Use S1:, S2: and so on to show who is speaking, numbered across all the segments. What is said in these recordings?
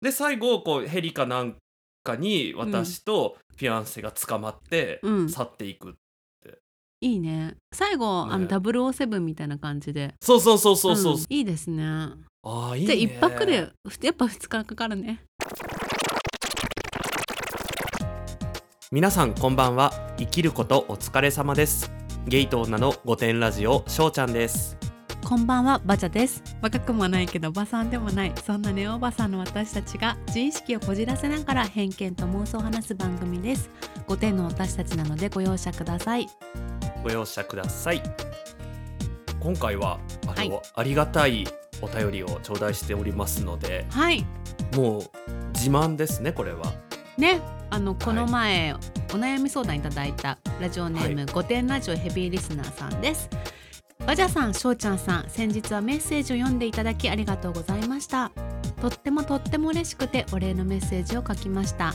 S1: で最後こうヘリかなんかに私とフィアンセが捕まって
S2: うん
S1: 去っていく、
S2: いいね最後、あの
S1: ね
S2: 007みたいな感じで
S1: そうそうそうそうそう、
S2: んいいですね
S1: ああいい
S2: じゃ
S1: ね
S2: あ一泊でやっぱ2日かかるね
S1: 皆さんこんばんは生きることお疲れ様ですゲイと女の御殿ラジオしょうちゃんです
S2: こんばんはバチャです若くもないけどおばさんでもないそんなネオおばさんの私たちが自意識をこじらせながら偏見と妄想を話す番組です5点の私たちなのでご容赦ください
S1: ご容赦ください今回はあの、
S2: はい
S1: ありがたいお便りを頂戴しておりますので
S2: はい
S1: もう自慢ですねこれは
S2: ねあのこの前、お悩み相談いただいたラジオネーム、御殿ラジオヘビーリスナーさんですバジャさん、しょうちゃんさん、先日はメッセージを読んでいただきありがとうございましたとってもとっても嬉しくてお礼のメッセージを書きました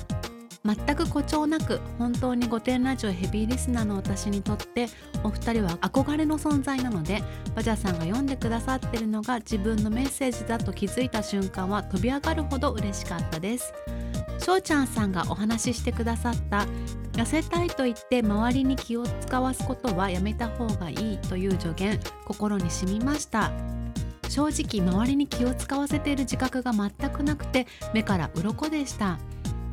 S2: 全く誇張なく本当に御殿ラジオヘビーリスナーの私にとってお二人は憧れの存在なのでバジャさんが読んでくださってるのが自分のメッセージだと気づいた瞬間は飛び上がるほど嬉しかったですしょうちゃんさんがお話ししてくださった痩せたいと言って周りに気を使わすことはやめた方がいいという助言心に染みました正直周りに気を使わせている自覚が全くなくて目から鱗でした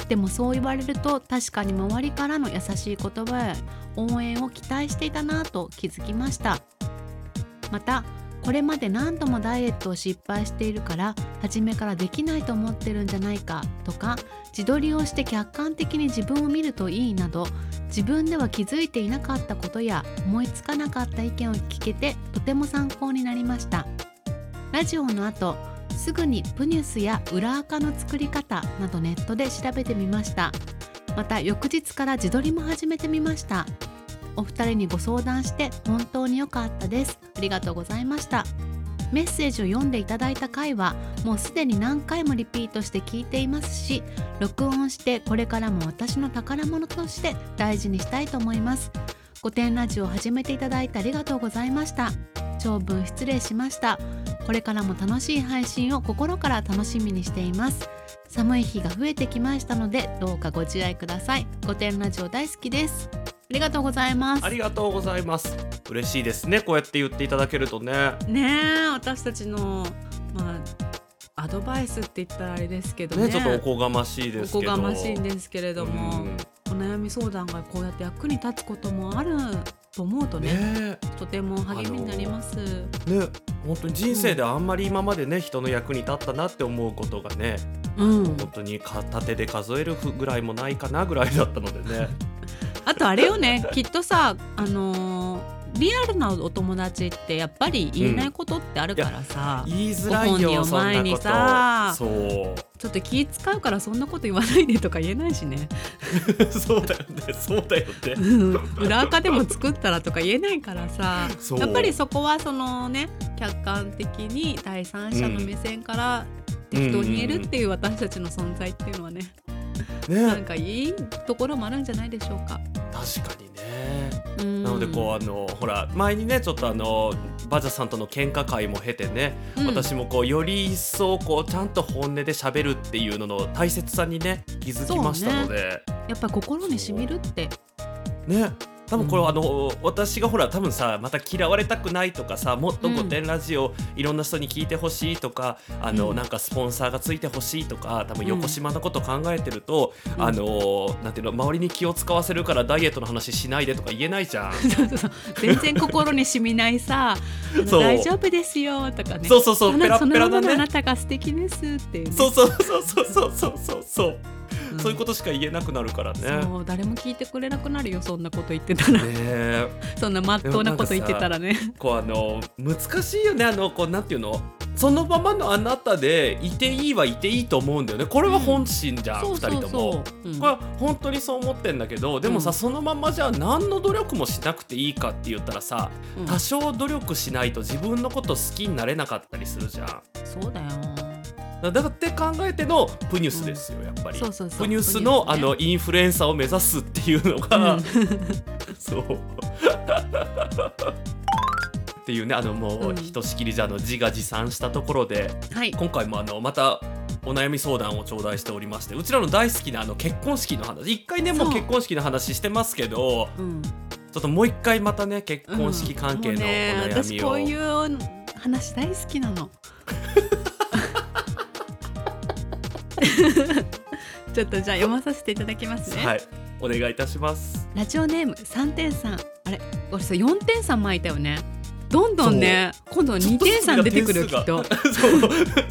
S2: でもそう言われると確かに周りからの優しい言葉や応援を期待していたなぁと気づきましたまたこれまで何度もダイエットを失敗しているから初めからできないと思ってるんじゃないかとか自撮りをして客観的に自分を見るといいなど自分では気づいていなかったことや思いつかなかった意見を聞けてとても参考になりましたラジオの後すぐにプニュスや裏垢の作り方などネットで調べてみましたまた翌日から自撮りも始めてみましたお二人にご相談して本当に良かったですありがとうございましたメッセージを読んでいただいた回はもうすでに何回もリピートして聞いていますし録音してこれからも私の宝物として大事にしたいと思いますご点ラジオを始めていただいてありがとうございました長文失礼しましたこれからも楽しい配信を心から楽しみにしています寒い日が増えてきましたのでどうかご自愛くださいご点ラジオ大好きですありがとうございます
S1: ありがとうございます嬉しいですねこうやって言っていただけるとね
S2: ねえ私たちのまあアドバイスって言ったらあれですけどね
S1: ねちょっとおこがましいです
S2: お
S1: けど
S2: こがましいんですけれども、
S1: うん
S2: お悩み相談がこうやって役に立つこともあると思うとね
S1: ね
S2: とても励みになります、
S1: えね本当に人生であんまり今までね人の役に立ったなって思うことがね
S2: うん、
S1: 本当に片手で数えるぐらいもないかなぐらいだったのでね
S2: あとあれよねきっとさあのーリアルなお友達ってやっぱり言えないことってあるからさ、
S1: 言いづらいよ
S2: ご本人を
S1: そんな
S2: 前に
S1: こと
S2: さ
S1: そう
S2: ちょっと気使うからそんなこと言わないでとか言えないしね
S1: そうだよね、そうだよね。
S2: うん裏垢でも作ったらとか言えないからさ
S1: そう
S2: やっぱりそこはそのね客観的に第三者の目線から適当に言えるっていう私たちの存在っていうのはね、なん
S1: ね、
S2: かいいところもあるんじゃないでしょうか。
S1: 確かにね。
S2: うん
S1: なのでこうあのほら前にねちょっとあのバジャさんとの喧嘩会も経てね、
S2: うん
S1: 私もこうより一層こうちゃんと本音で喋るっていうのの大切さにね気づきましたので、
S2: やっぱり心にしみるって
S1: ね。多分これ、
S2: うん
S1: あの私がほら多分さまた嫌われたくないとかさもっと「御殿ラジオ」いろんな人に聞いてほしいとかあの、
S2: うん
S1: なんかスポンサーがついてほしいとか多分横島のこと考えてると、
S2: うん
S1: あのなんていうの周りに気を使わせるからダイエットの話しないでとか言えないじゃん。
S2: そうそうそう全然心にしみないさ「あの
S1: そう
S2: 大丈夫ですよ」とかね
S1: そうそうそう
S2: あな
S1: ペラ
S2: そ
S1: ッペ
S2: の
S1: ラ
S2: まま
S1: だ
S2: のあ
S1: ね
S2: な。たが素敵ですっていうね、
S1: そうそうそうそうそうそうそうそう、
S2: うん
S1: そういうことしか言えなくなるからね。ね
S2: そう誰も聞いてくれなくなるよそんなこと言って たら
S1: え
S2: そんなまっとうなこと言ってたらね
S1: こうあの難しいよねあのこうなんていうのそのままのあなたでいていいはいていいと思うんだよねこれは本心じゃん、
S2: そう
S1: 2
S2: そ
S1: 人
S2: う
S1: とも。
S2: そう、うん
S1: これは本当にそう思ってんだけどでもさ、
S2: うん
S1: そのままじゃあ何の努力もしなくていいかって言ったらさ
S2: うん
S1: 多少努力しないと自分のこと好きになれなかったりするじゃん
S2: そうだよ
S1: だだって考えてのプニュスですよやっぱり。
S2: そうそうそう
S1: プニュスのあ
S2: ね
S1: のインフルエンサーを目指すっていうのが、
S2: うん
S1: そう。っていうねあのもう
S2: うん
S1: ひとしきりじゃあの自画自賛したところで
S2: はい
S1: 今回もあのまたお悩み相談を頂戴しておりましてうちらの大好きなあの結婚式の話一回ねもう
S2: そう
S1: 結婚式の話してますけど
S2: うん
S1: ちょっともう一回またね結
S2: うん
S1: 婚式関係のお
S2: もうね
S1: 悩み
S2: 私
S1: を、
S2: こういう話大好き なのちょっとじゃあ読まさせていただきますね、
S1: はいお願いいたします
S2: ラジオネーム3点3あれ俺さ4点3巻いたよねどんどんね今度2点3出てくるよきっと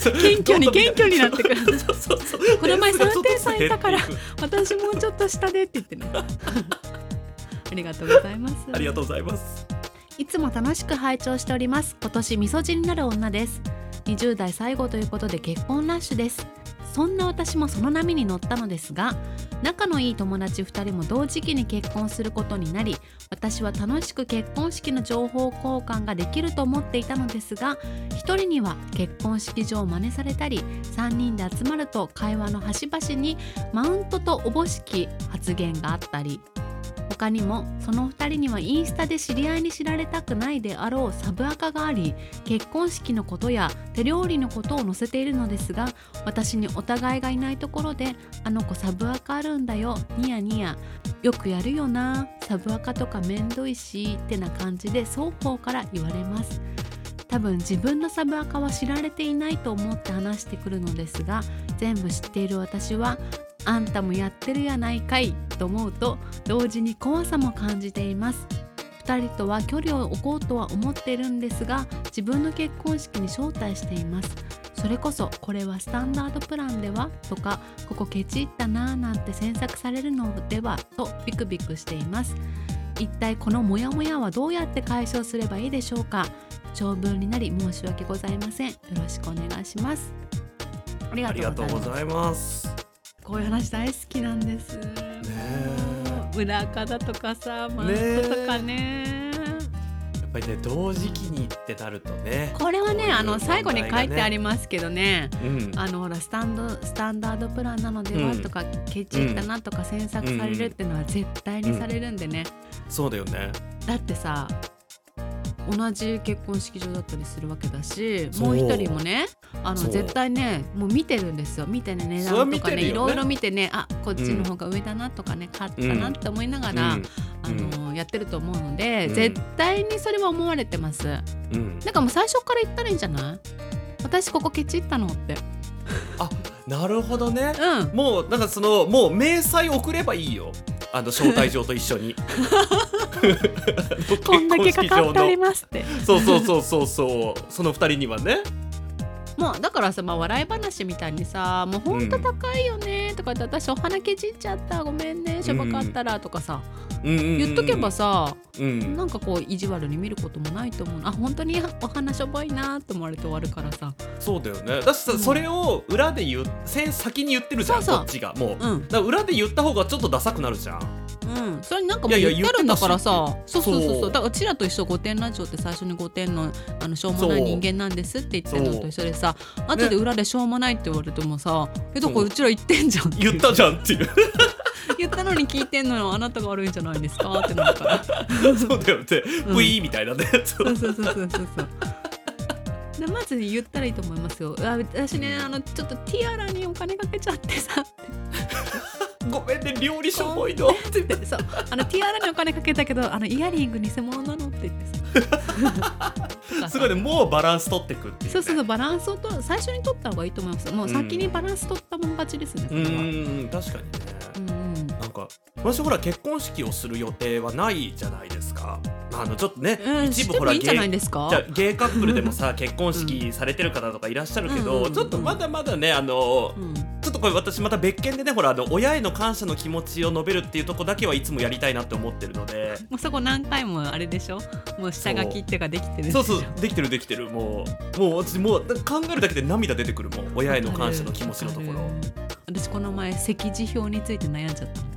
S1: そう
S2: 謙虚に謙虚になっ てくる
S1: そうそうそう
S2: この前
S1: 点数が
S2: 3点差いたから
S1: ちょっとずつ減ってい
S2: 私もうちょっと下でって言っ てねありがとうございます
S1: くありがとうございます
S2: いつも楽しく拝聴しております。今年味噌汁になる女です。20代最後ということで結婚ラッシュです。そんな私もその波に乗ったのですが、仲のいい友達2人も同時期に結婚することになり、私は楽しく結婚式の情報交換ができると思っていたのですが、1人には結婚式場を真似されたり、3人で集まると会話の端々にマウントとおぼしき発言があったり、他にもその2人にはインスタで知り合いに知られたくないであろうサブアカがあり結婚式のことや手料理のことを載せているのですが私にお互いがいないところで「あの子サブアカあるんだよニヤニヤよくやるよなサブアカとかめんどいし」ってな感じで双方から言われます。多分自分のサブアカは知られていないと思って話してくるのですが全部知っている私は「あんたもやってるやないかい」と思うと同時に怖さも感じています2人とは距離を置こうとは思っているんですが自分の結婚式に招待していますそれこそこれはスタンダードプランではとかここケチったなぁなんて詮索されるのではとビクビクしています一体このモヤモヤはどうやって解消すればいいでしょうか長文になり申し訳ございませんよろしくお願いしますあり
S1: あ
S2: が
S1: りがと
S2: とう
S1: う
S2: ござ
S1: ご
S2: います
S1: ざいます
S2: こういう話大好きなんです。
S1: え
S2: 裏方とかさ、マウントとかね。
S1: やっぱりね同時期にってなるとね
S2: これは
S1: こうい
S2: ね、
S1: う
S2: あの
S1: 問題がね
S2: 最後に書いてありますけどね。
S1: うん
S2: あのほらスタンドスタンダードプランなのでは
S1: うん
S2: とか、ケチったなとか詮索されるっていうのは絶対にされるんでね。
S1: そうだよね
S2: だってさ。同じ結婚式場だったりするわけだし
S1: そう
S2: もう一人もねあの
S1: そう
S2: 絶対ねもう見てるんですよ見てね値
S1: それは
S2: 段と
S1: 見
S2: か
S1: て
S2: ね
S1: るよね
S2: いろいろ見てねあこっちの方が上だなとかね買ったなって思いながら、あのやってると思うので、
S1: うん
S2: 絶対にそれは思われてますな
S1: うん、うん、
S2: んかもう最初から言ったらいいんじゃない私ここケチったのって
S1: なるほどね
S2: うん
S1: もうなんかそのもう明細送ればいいよあの招待状と一緒 に
S2: こんだけかかっており
S1: ま
S2: ますって
S1: すそうそうそうそうそうその二人にはね
S2: もうだからさ、まあ、笑い話みたいにさ「もうほんと高いよね」とかって「私お花ケチっちゃったごめんねしょぼかったら」とかさ、言
S1: 言
S2: っとけばさ、
S1: うん
S2: なんかこう意地悪に見ることもないと思うあ本当にお花しょぼいなって思われて終わるからさ
S1: そうだよねだしさ、
S2: うん
S1: それを裏で言う先先に言ってるじゃん
S2: そうそ
S1: こ
S2: う
S1: っちがもうだか
S2: うん
S1: ら裏で言った方がちょっとダサくなるじゃん
S2: うん、それになんかも
S1: いうやいや
S2: 言ってるんだからさそうそうそう
S1: そ
S2: そう
S1: う
S2: だからうちらと一緒5点ラジオって最初に5点のあのしょうもない人間なんですって言ってるのと一緒でさ後で裏でしょうもないって言われてもさ「えど
S1: そ
S2: こ
S1: う
S2: うちら言ってんじゃん」
S1: 言ったじゃんっていう
S2: 言ったのに聞いてんのよあなたが悪いんじゃないですかってなるからそ
S1: そうだよね、
S2: うん
S1: ブイーみたいなねそう
S2: うそうそうそうそうそう。 でまず言ったらいいと思いますよ。あ私ねあのちょっとティアラにお金かけちゃってさ
S1: ごめんね料理しょぼいの
S2: って言ってそうあのティアラにお金かけたけどあのイヤリング偽物なのって言ってさ とかさ。
S1: すごいねもうバランス取ってくっていう、ね、
S2: そうそうそうバランスをと最初に取った方がいいと思いますもう先にバランス取ったもん勝ちですね、それ
S1: う
S2: は
S1: ーん確かにね
S2: うんうん
S1: なんか私ほら結婚式をする予定はないじゃないですかあのちょっとね、
S2: うん、
S1: 一
S2: し
S1: 部
S2: て
S1: ほ
S2: も
S1: ら
S2: いいんじゃない
S1: ゲイ
S2: ですか
S1: じゃあゲイカップルでもさ結婚式されてる方とかいらっしゃるけ
S2: うんうん
S1: ど、
S2: うんうん
S1: ちょっとまだまだねあの
S2: うん、
S1: ちょっとこれ私また別件でねほらあの親への感謝の気持ちを述べるっていうとこだけはいつもやりたいなって思ってるので
S2: もうそこ何回もあれでしょもう下書きっていうかできてる
S1: そうそうできてるできてるもうもう私もう考えるだけで涙出てくるもん親への感謝の気持ちのところ
S2: わかる私この前席次表について悩んじゃったの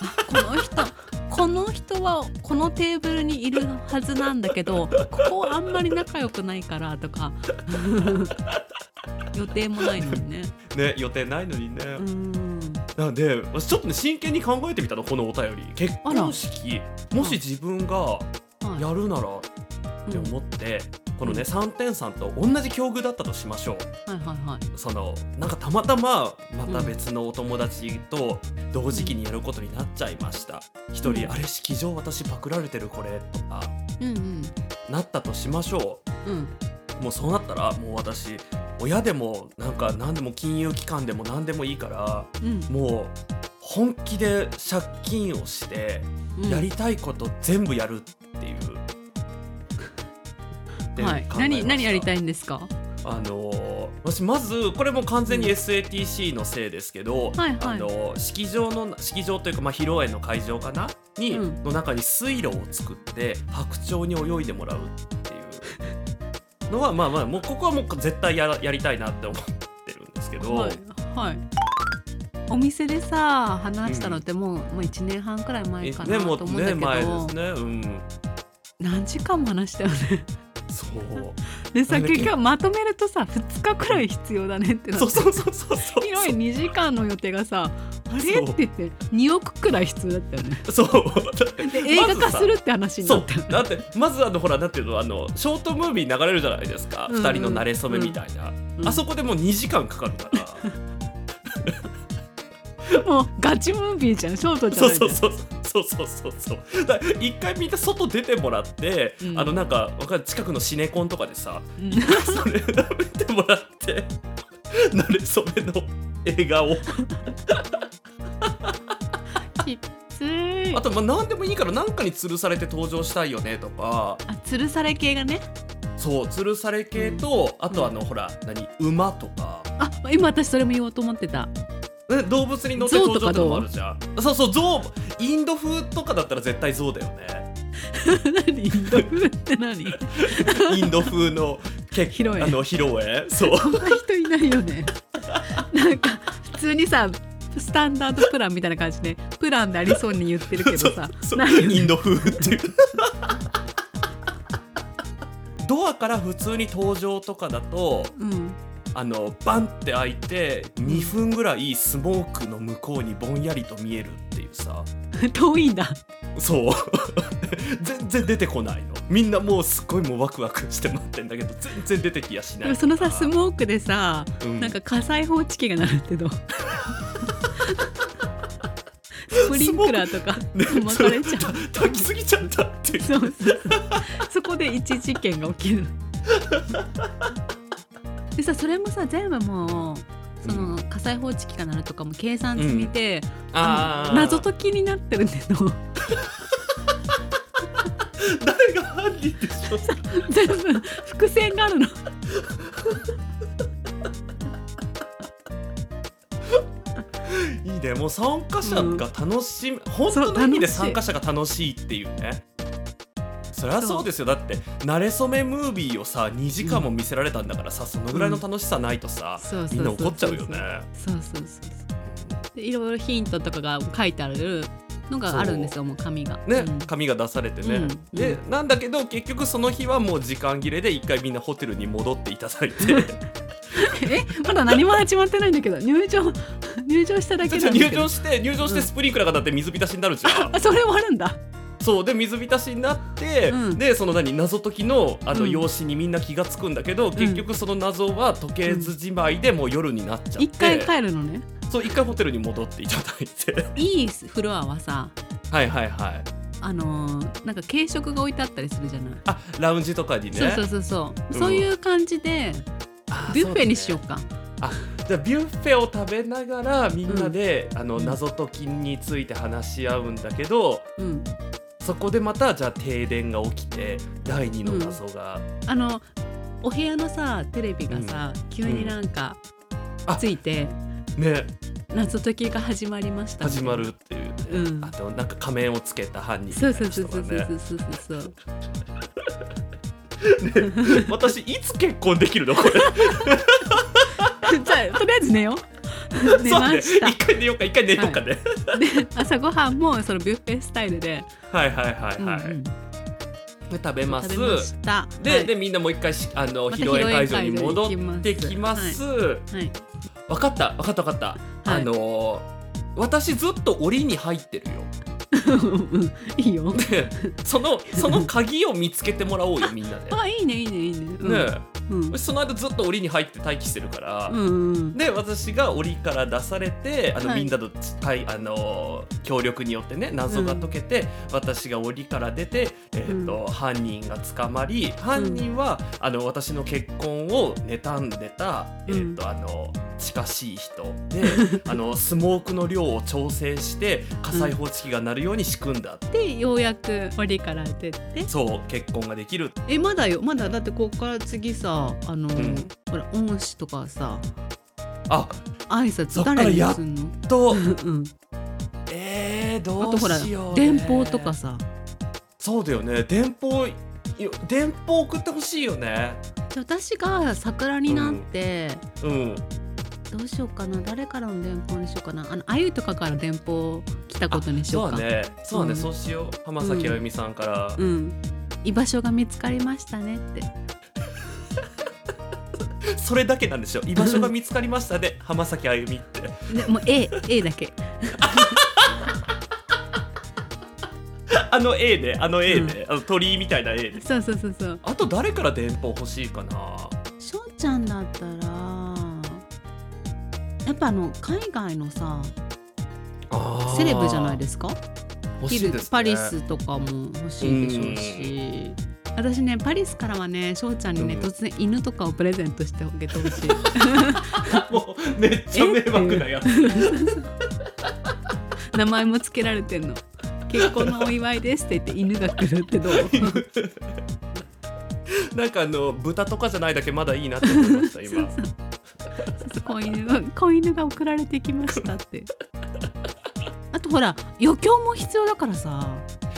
S2: あこの人この人はこのテーブルにいるはずなんだけどここはあんまり仲良くないからとか 予定もないのにね
S1: ね予定ないのにね、
S2: うん
S1: なので私ちょっとね真剣に考えてみたのこのお便り結婚式もし自分が
S2: はい
S1: やるならっ
S2: う
S1: て
S2: ん
S1: 思って、このね、
S2: うん
S1: 3点さんと同じ境遇だったとしましょう
S2: はいはいはい
S1: そのなんかたまたままた別のお友達と同時期にやることになっちゃいました一人あれ式場私パクられてるこれとか
S2: うんうん
S1: なったとしましょ
S2: うん
S1: うもうそうなったらもう私親でもなんか何でも金融機関でも何でもいいから
S2: うん
S1: もう本気で借金をして
S2: うん
S1: やりたいこと全部やるって いう。って考
S2: は
S1: え
S2: い
S1: ました
S2: 何何やりたいんですか
S1: あのー私まずこれも完全に SATC のせいですけど、
S2: はいはい
S1: あのー式場の式場というか、まあ、披露宴の会場かなに、
S2: うん
S1: の中に水路を作って白鳥に泳いでもらうっていうのは まあまあもうここはもう絶対やらやりたいなって思ってるんですけど、
S2: はいはいお店でさ話したのってもう,、もう1年半くらい前
S1: え
S2: か
S1: ね
S2: な
S1: も
S2: と思う
S1: う
S2: んだけ
S1: ね
S2: ど、
S1: 前ですねうん
S2: 何時間も話したよ ね
S1: そう。
S2: で
S1: な
S2: さ
S1: んだっけ
S2: 結局まとめるとさ2日くらい必要だねってなっ
S1: そ
S2: て
S1: うそうそうそうそう
S2: 広い2時間の予定がさあれ
S1: そう
S2: って言って2億くらい必要だったよ ね
S1: そう
S2: で映画
S1: ま
S2: 化
S1: ずさ
S2: するって話に
S1: そ
S2: な
S1: う
S2: ったよね
S1: だってまずあのほらなんていうのあのショートムービー流れるじゃないですか、
S2: うん
S1: 二2人の馴れ初めみたいな、
S2: うん
S1: あそこでもう2時間かかるから
S2: もうガチムービーじゃんショートじゃ
S1: そう
S2: ないじ
S1: そ
S2: ゃ
S1: うんそうそうそうそうそうだから一回みんな外出てもらって、
S2: うん
S1: あのなんかわかる近くのシネコンとかでさ
S2: うん
S1: それ見てもらって馴れ初めの映画を
S2: きつい
S1: あとまあ何でもいいから何かに吊るされて登場したいよねとか
S2: あ吊るされ系がね
S1: そう吊るされ系と、あとあの、ほら何馬とか。
S2: あ今私それも言おうと思ってた
S1: ね、動物に乗って
S2: 象
S1: 登
S2: と
S1: 場
S2: か
S1: とかもあるじゃんそうそう象インド風とかだったら絶対象だよ ね
S2: 何インド風って何
S1: インド風の結
S2: 披露宴
S1: あの披露宴そう
S2: そんな人いないよねなんか普通にさスタンダードプランみたいな感じでプランでありそうに言ってるけどさ
S1: そう
S2: ないよね
S1: インド風っていうドアから普通に登場とかだと
S2: うん
S1: あのバンって開いて2分ぐらいスモークの向こうにぼんやりと見えるっていうさ
S2: 遠いんだ
S1: そう 全然出てこないのみんなもうすっごいもうワクワクして待ってんだけど全然出てきやし
S2: で
S1: ない
S2: もそのさスモークでさ
S1: うん
S2: なんか火災報知器が鳴るって どうスプリンクラーとか
S1: ね
S2: 巻かれちゃう
S1: そた炊きすぎちゃったっていう
S2: そうそうそうそこで一事件が起きるでさそれもさ全部もうその火災報知器が鳴るとかも計算済みで、あの謎解きになってるんだけど
S1: 誰が犯人でしょう
S2: 全部伏線があるの
S1: いいねもう参加者が楽しみ、本当の意味で参加者が楽しいっていうねそりゃそうですよだって慣れ初めムービーをさ2時間も見せられたんだからさ、そのぐらいの楽しさないとさ、
S2: そうそうそう
S1: みんな怒っちゃうよね
S2: そうそうそうそうでいろいろヒントとかが書いてあるのがあるんですよもう紙が
S1: ね、
S2: うん
S1: 紙が出されてね、
S2: うん
S1: で
S2: う
S1: なんだけど結局その日はもう時間切れで一回みんなホテルに戻っていただい て
S2: えまだ何も始まってないんだけど入場 入場しただけなんだけど
S1: 入場して入場してスプリンクラーがだって水浸しになるじゃん、
S2: あそれもあるんだ
S1: そうで水浸しになって、
S2: うん
S1: でその何謎解きのあの
S2: うん
S1: 用紙にみんな気が付くんだけど、結局その謎は解けずじまいでもう夜になっちゃって、
S2: 一回帰るのね
S1: そう一回ホテルに戻っていただいて
S2: いいフロアはさ
S1: はいはいはい
S2: あのーなんか軽食が置いてあったりするじゃない、
S1: あラウンジとかにね
S2: そうそうそうそう、
S1: うん
S2: そういう感じで
S1: あ
S2: ビュッフェにしよ
S1: そう
S2: か
S1: うだねじゃあビュッフェを食べながらみんなで、あの謎解きについて話し合うんだけど
S2: うん
S1: そこでまたじゃあ停電が起きて第二の謎が、
S2: あのお部屋のさテレビがさ、急になんか
S1: うんあ
S2: ついて、
S1: ね
S2: 謎解きが始まりました
S1: 始まるっていう、
S2: うん
S1: あとなんか仮面をつけた犯人みた
S2: そ
S1: いうな
S2: そうそ
S1: 人
S2: う
S1: が
S2: そうそ
S1: ね
S2: うそうそうそう
S1: 私いつ結婚できるのこれ
S2: じゃあとりあえず寝よう寝まし
S1: そう
S2: た
S1: ね一回寝ようか一回寝ようかね、
S2: で朝ごはんもそのビュッフェスタイルで、
S1: はい、はいはいはい
S2: うんうん
S1: で食べます
S2: 食べました
S1: で,、
S2: はい
S1: でみんなもう一回しあの
S2: また
S1: 披露宴会場に
S2: 披露
S1: 戻
S2: 宴会場に
S1: ってきます、わ
S2: はい
S1: 分かった分かった分かった、
S2: はい
S1: あのー私ずっと檻に入ってるよ
S2: うんいいよ
S1: で そのその鍵を見つけてもらおうよみんなで。
S2: あいいねいいねいいね うん
S1: ね
S2: うん
S1: その間ずっと檻に入って待機してるから、
S2: うんうん
S1: で私が檻から出されてあの、
S2: はい
S1: みんなのたいあのー協力によってね謎が解けて、私が檻から出て、えーと犯人が捕まり犯人は、あの私の結婚を妬んでた、えーとあの近しい人 であのスモークの量を調整して火災報知器が鳴るように仕組んだ、
S2: でようやく檻から出て
S1: そう結婚ができる
S2: えまだよまだだってここから次さあの、
S1: ん
S2: ほら恩師とかさ
S1: あ
S2: 挨
S1: そ
S2: 拶
S1: っから
S2: 誰にすんの
S1: と
S2: うん
S1: えー、
S2: あ
S1: ど
S2: と
S1: う
S2: ほら
S1: しよう、ね、
S2: 電報とかさ
S1: そうだよね電報い電報送ってほしいよね
S2: じゃあ私が桜になって、
S1: うん
S2: どうしようかな誰からの電報にしようかなあのあゆとかから電報来たことにしよ
S1: そう
S2: うか
S1: だねそうだね、
S2: うん
S1: そうしよう浜崎あゆみさんから、
S2: うん居場所が見つかりましたねって
S1: それだけなんですよ居場所が見つかりま したで、浜崎あゆみって
S2: でもう A, A だけ
S1: あの A であの A で、あの鳥居みたいな A で
S2: そうそうそうそう
S1: あと誰から電報欲しいかな
S2: しょうちゃんだったらやっぱあの海外のさ
S1: あ
S2: セレブじゃない
S1: す
S2: ですか
S1: 欲
S2: ヒ
S1: しい
S2: ル
S1: です、ね、
S2: パリスとかも欲しいでしょうし私ねパリスからはね翔ちゃんにね、
S1: うん
S2: 突然犬とかをプレゼントしてあげてほしい
S1: もうめっちゃ迷惑なやつ
S2: 名前も付けられてんの結婚のお祝いですって言って犬が来るってどう
S1: なんかあの豚とかじゃないだけまだいいなって思いました 今
S2: 子犬が子犬が送られてきましたってあとほら余興も必要だからさ、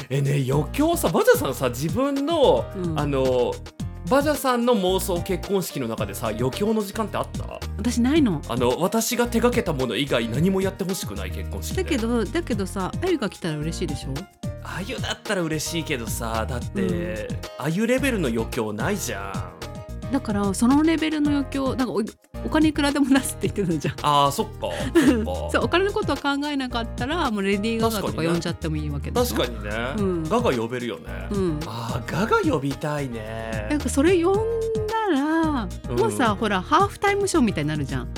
S1: えね余興さバジャさんさ自分の
S2: うん
S1: あのバジャさんの妄想結婚式の中でさ余興の時間ってあった
S2: 私ないの
S1: あの私が手がけたもの以外何もやってほしくない結婚式で
S2: だけどだけどさあゆが来たら嬉しいでしょ
S1: あゆだったら嬉しいけどさだって、
S2: う
S1: あゆレベルの余興ないじゃん
S2: だからそのレベルの余興なんかおお金いくらでも出すって言ってたじゃん
S1: あーそっかそっ
S2: そ
S1: か
S2: うお金のことは考えなかったらもうレディー・ガガと
S1: 確かに
S2: か
S1: ね
S2: 呼んじゃってもいいわけだ
S1: 確かにね、
S2: うん
S1: ガガ呼べるよね、
S2: うん
S1: あーガガ呼びたいね
S2: なんかそれ呼んだら
S1: うん
S2: もうさ、ほらハーフタイムショーみたいになるじゃん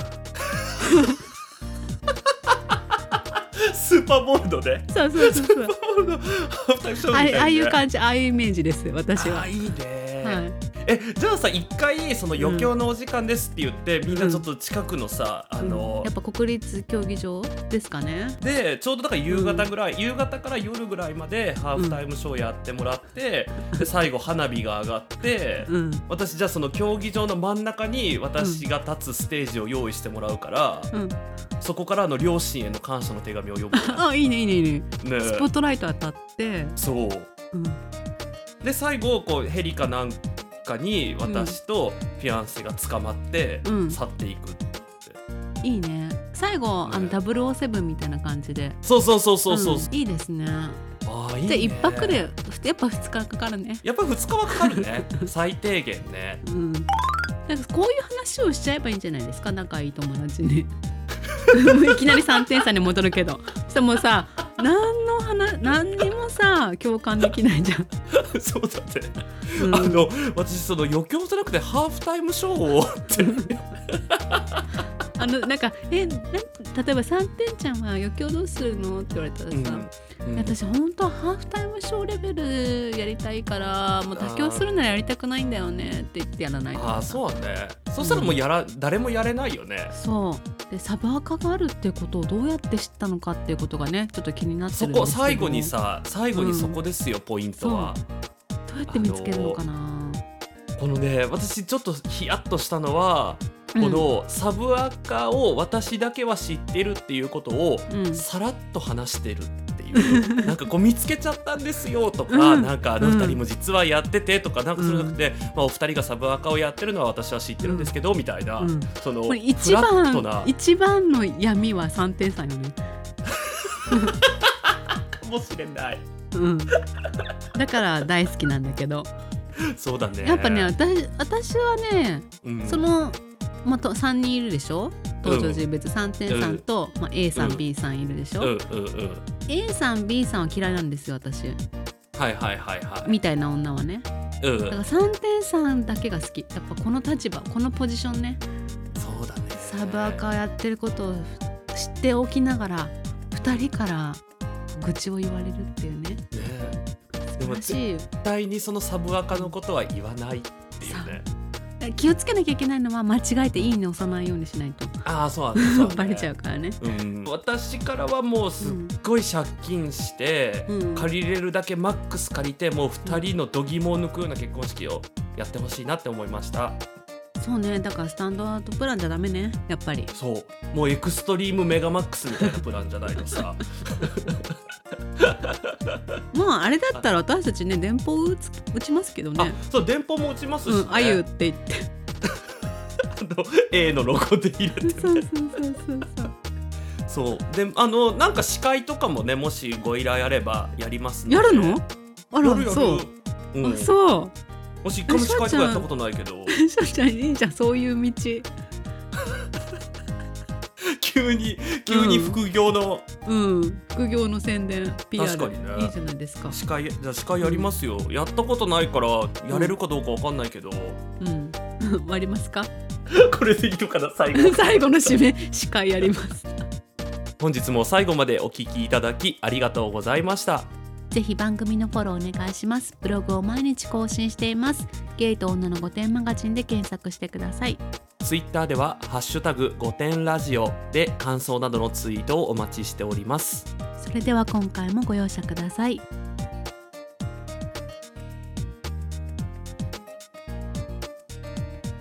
S1: スーパーボールド ね
S2: そうそうそうそうあ
S1: あ
S2: ああいう感じああいうイメージです私は
S1: あーいいね、
S2: はい
S1: えじゃあさ一回その余興のお時間ですって言って、みんなちょっと近くのさ、あの
S2: やっぱ国立競技場ですかね
S1: でちょうどだから夕方ぐらい、夕方から夜ぐらいまでハーフタイムショーやってもらって、で最後花火が上がって、
S2: うん
S1: 私じゃあその競技場の真ん中に私が立つステージを用意してもらうから、
S2: うん
S1: そこからあの両親への感謝の手紙を読むよ
S2: あいいねいいねいいね
S1: ね
S2: スポットライト当たって、
S1: そう
S2: うん、
S1: で最後こうヘリかなんかに私とフィアンセが捕まって
S2: うん
S1: 去っていく、
S2: いいね最後あの
S1: ね
S2: 007みたいな感じで
S1: そうそうそうそうそう、
S2: んいいですね
S1: ああいい、ね、
S2: じゃあ一泊でふやっぱ2日かかるね
S1: やっぱ2日はかかる ね最低限ね
S2: うん、なんかこういう話をしちゃえばいいんじゃないですか仲いい友 達にいきなり3点差に戻るけどそしたらもうさ何の話何にもさ共感できないじゃん、
S1: そうだね、
S2: うん
S1: あの私その余興じゃなくてハーフタイムショーをって
S2: あのなんか「えなん例えば3点ちゃんは余興どうするの?」って言われたらさ、
S1: うんうん
S2: 私本当はハーフタイムショーレベルやりたいからもう妥協するならやりたくないんだよねって言ってやらないと
S1: ああそうだねそしたらもうやら、誰もやれないよね
S2: そうでサバカがあるってことをどうやって知ったのかっていうことがねちょっと気になって
S1: そ
S2: るんですけ
S1: こ
S2: ど
S1: 最後にさ最後にそこですよ、ポイントは
S2: どうやって見つけるのかな、
S1: このね私ちょっとヒヤッとしたのはこのサブアカを私だけは知ってるっていうことを
S2: うん、うん
S1: さらっと話してるってい うなんかこう見つけちゃったんですよとか、
S2: うん
S1: なんかあの二人も実はやっててとかなんかそれなくて、まあ、お二人がサブアカをやってるのは私は知ってるんですけど、みたいな、
S2: うん
S1: その
S2: こ
S1: フ
S2: れ
S1: ラ
S2: 一
S1: ット
S2: 番
S1: な
S2: 一番の闇は三点差よね、
S1: かもしれない
S2: うん、だから大好きなんだけど
S1: そうだね
S2: やっぱね私私はね
S1: うん
S2: その、まあ、と3人いるでしょ登場人物3点さんと、まあ、A さ
S1: うんん
S2: B さんいるでし
S1: う
S2: ょ、
S1: んうんうん
S2: A さん B さんは嫌いなんですよ私
S1: はいはいはいはい
S2: みたいな女はね
S1: うん
S2: だから3点さんだけが好きやっぱこの立場このポジションね
S1: そうだね
S2: サブアカやってることを知っておきながら2人から愚痴を言われるっていうね
S1: ねで
S2: 素晴
S1: も
S2: ら
S1: 絶
S2: しい
S1: 対にそのサブアカのことは言わないっていうね
S2: 気をつけなきゃいけないのは間違えて「いいね」押さないようにしないと
S1: ああそうなんだそう
S2: バレちゃ
S1: う
S2: うからね。
S1: うん、私からはもうすっごい借金して、
S2: うん
S1: 借りれるだけマックス借りてもう2人の度肝を抜くような結婚式をやってほしいなって思いました
S2: そうねだからスタンドアートプランじゃダメねやっぱり
S1: そうもうエクストリームメガマックスみたいなプランじゃないのさ
S2: まああれだったら私たちね電報打つ打ちますけど
S1: あ
S2: ね
S1: そう電報も打ちますし、ね
S2: うんあゆって言って
S1: あの A のロゴで入れて
S2: そうそうそうそうそ
S1: そ
S2: う
S1: うであのなんか司会とかもねもしご依頼あればやりますで
S2: やるのあら
S1: やるやる
S2: そう、
S1: うん、
S2: あそう
S1: 私一回も司会とかやったことないけど
S2: しょうちゃんいいじゃんそういう道
S1: 急に急に副業の
S2: うん副業の宣伝 PR
S1: 確かにね
S2: いいじゃないですか
S1: 司会じゃあ司会やりますよ、やったことないからやれるかどうかわかん ないけど、
S2: うん 終わりますか
S1: これでいいのかな最
S2: 最後の締め司会やります
S1: 本日も最後までお聞きいただきありがとうございました
S2: ぜひ番組のフォローお願いしますブログを毎日更新していますゲイと女の御殿マガジンで検索してください
S1: ツイッターでは「ハッシュタグ5点ラジオ」で感想などのツイートをお待ちしております
S2: それでは今回もご容赦ください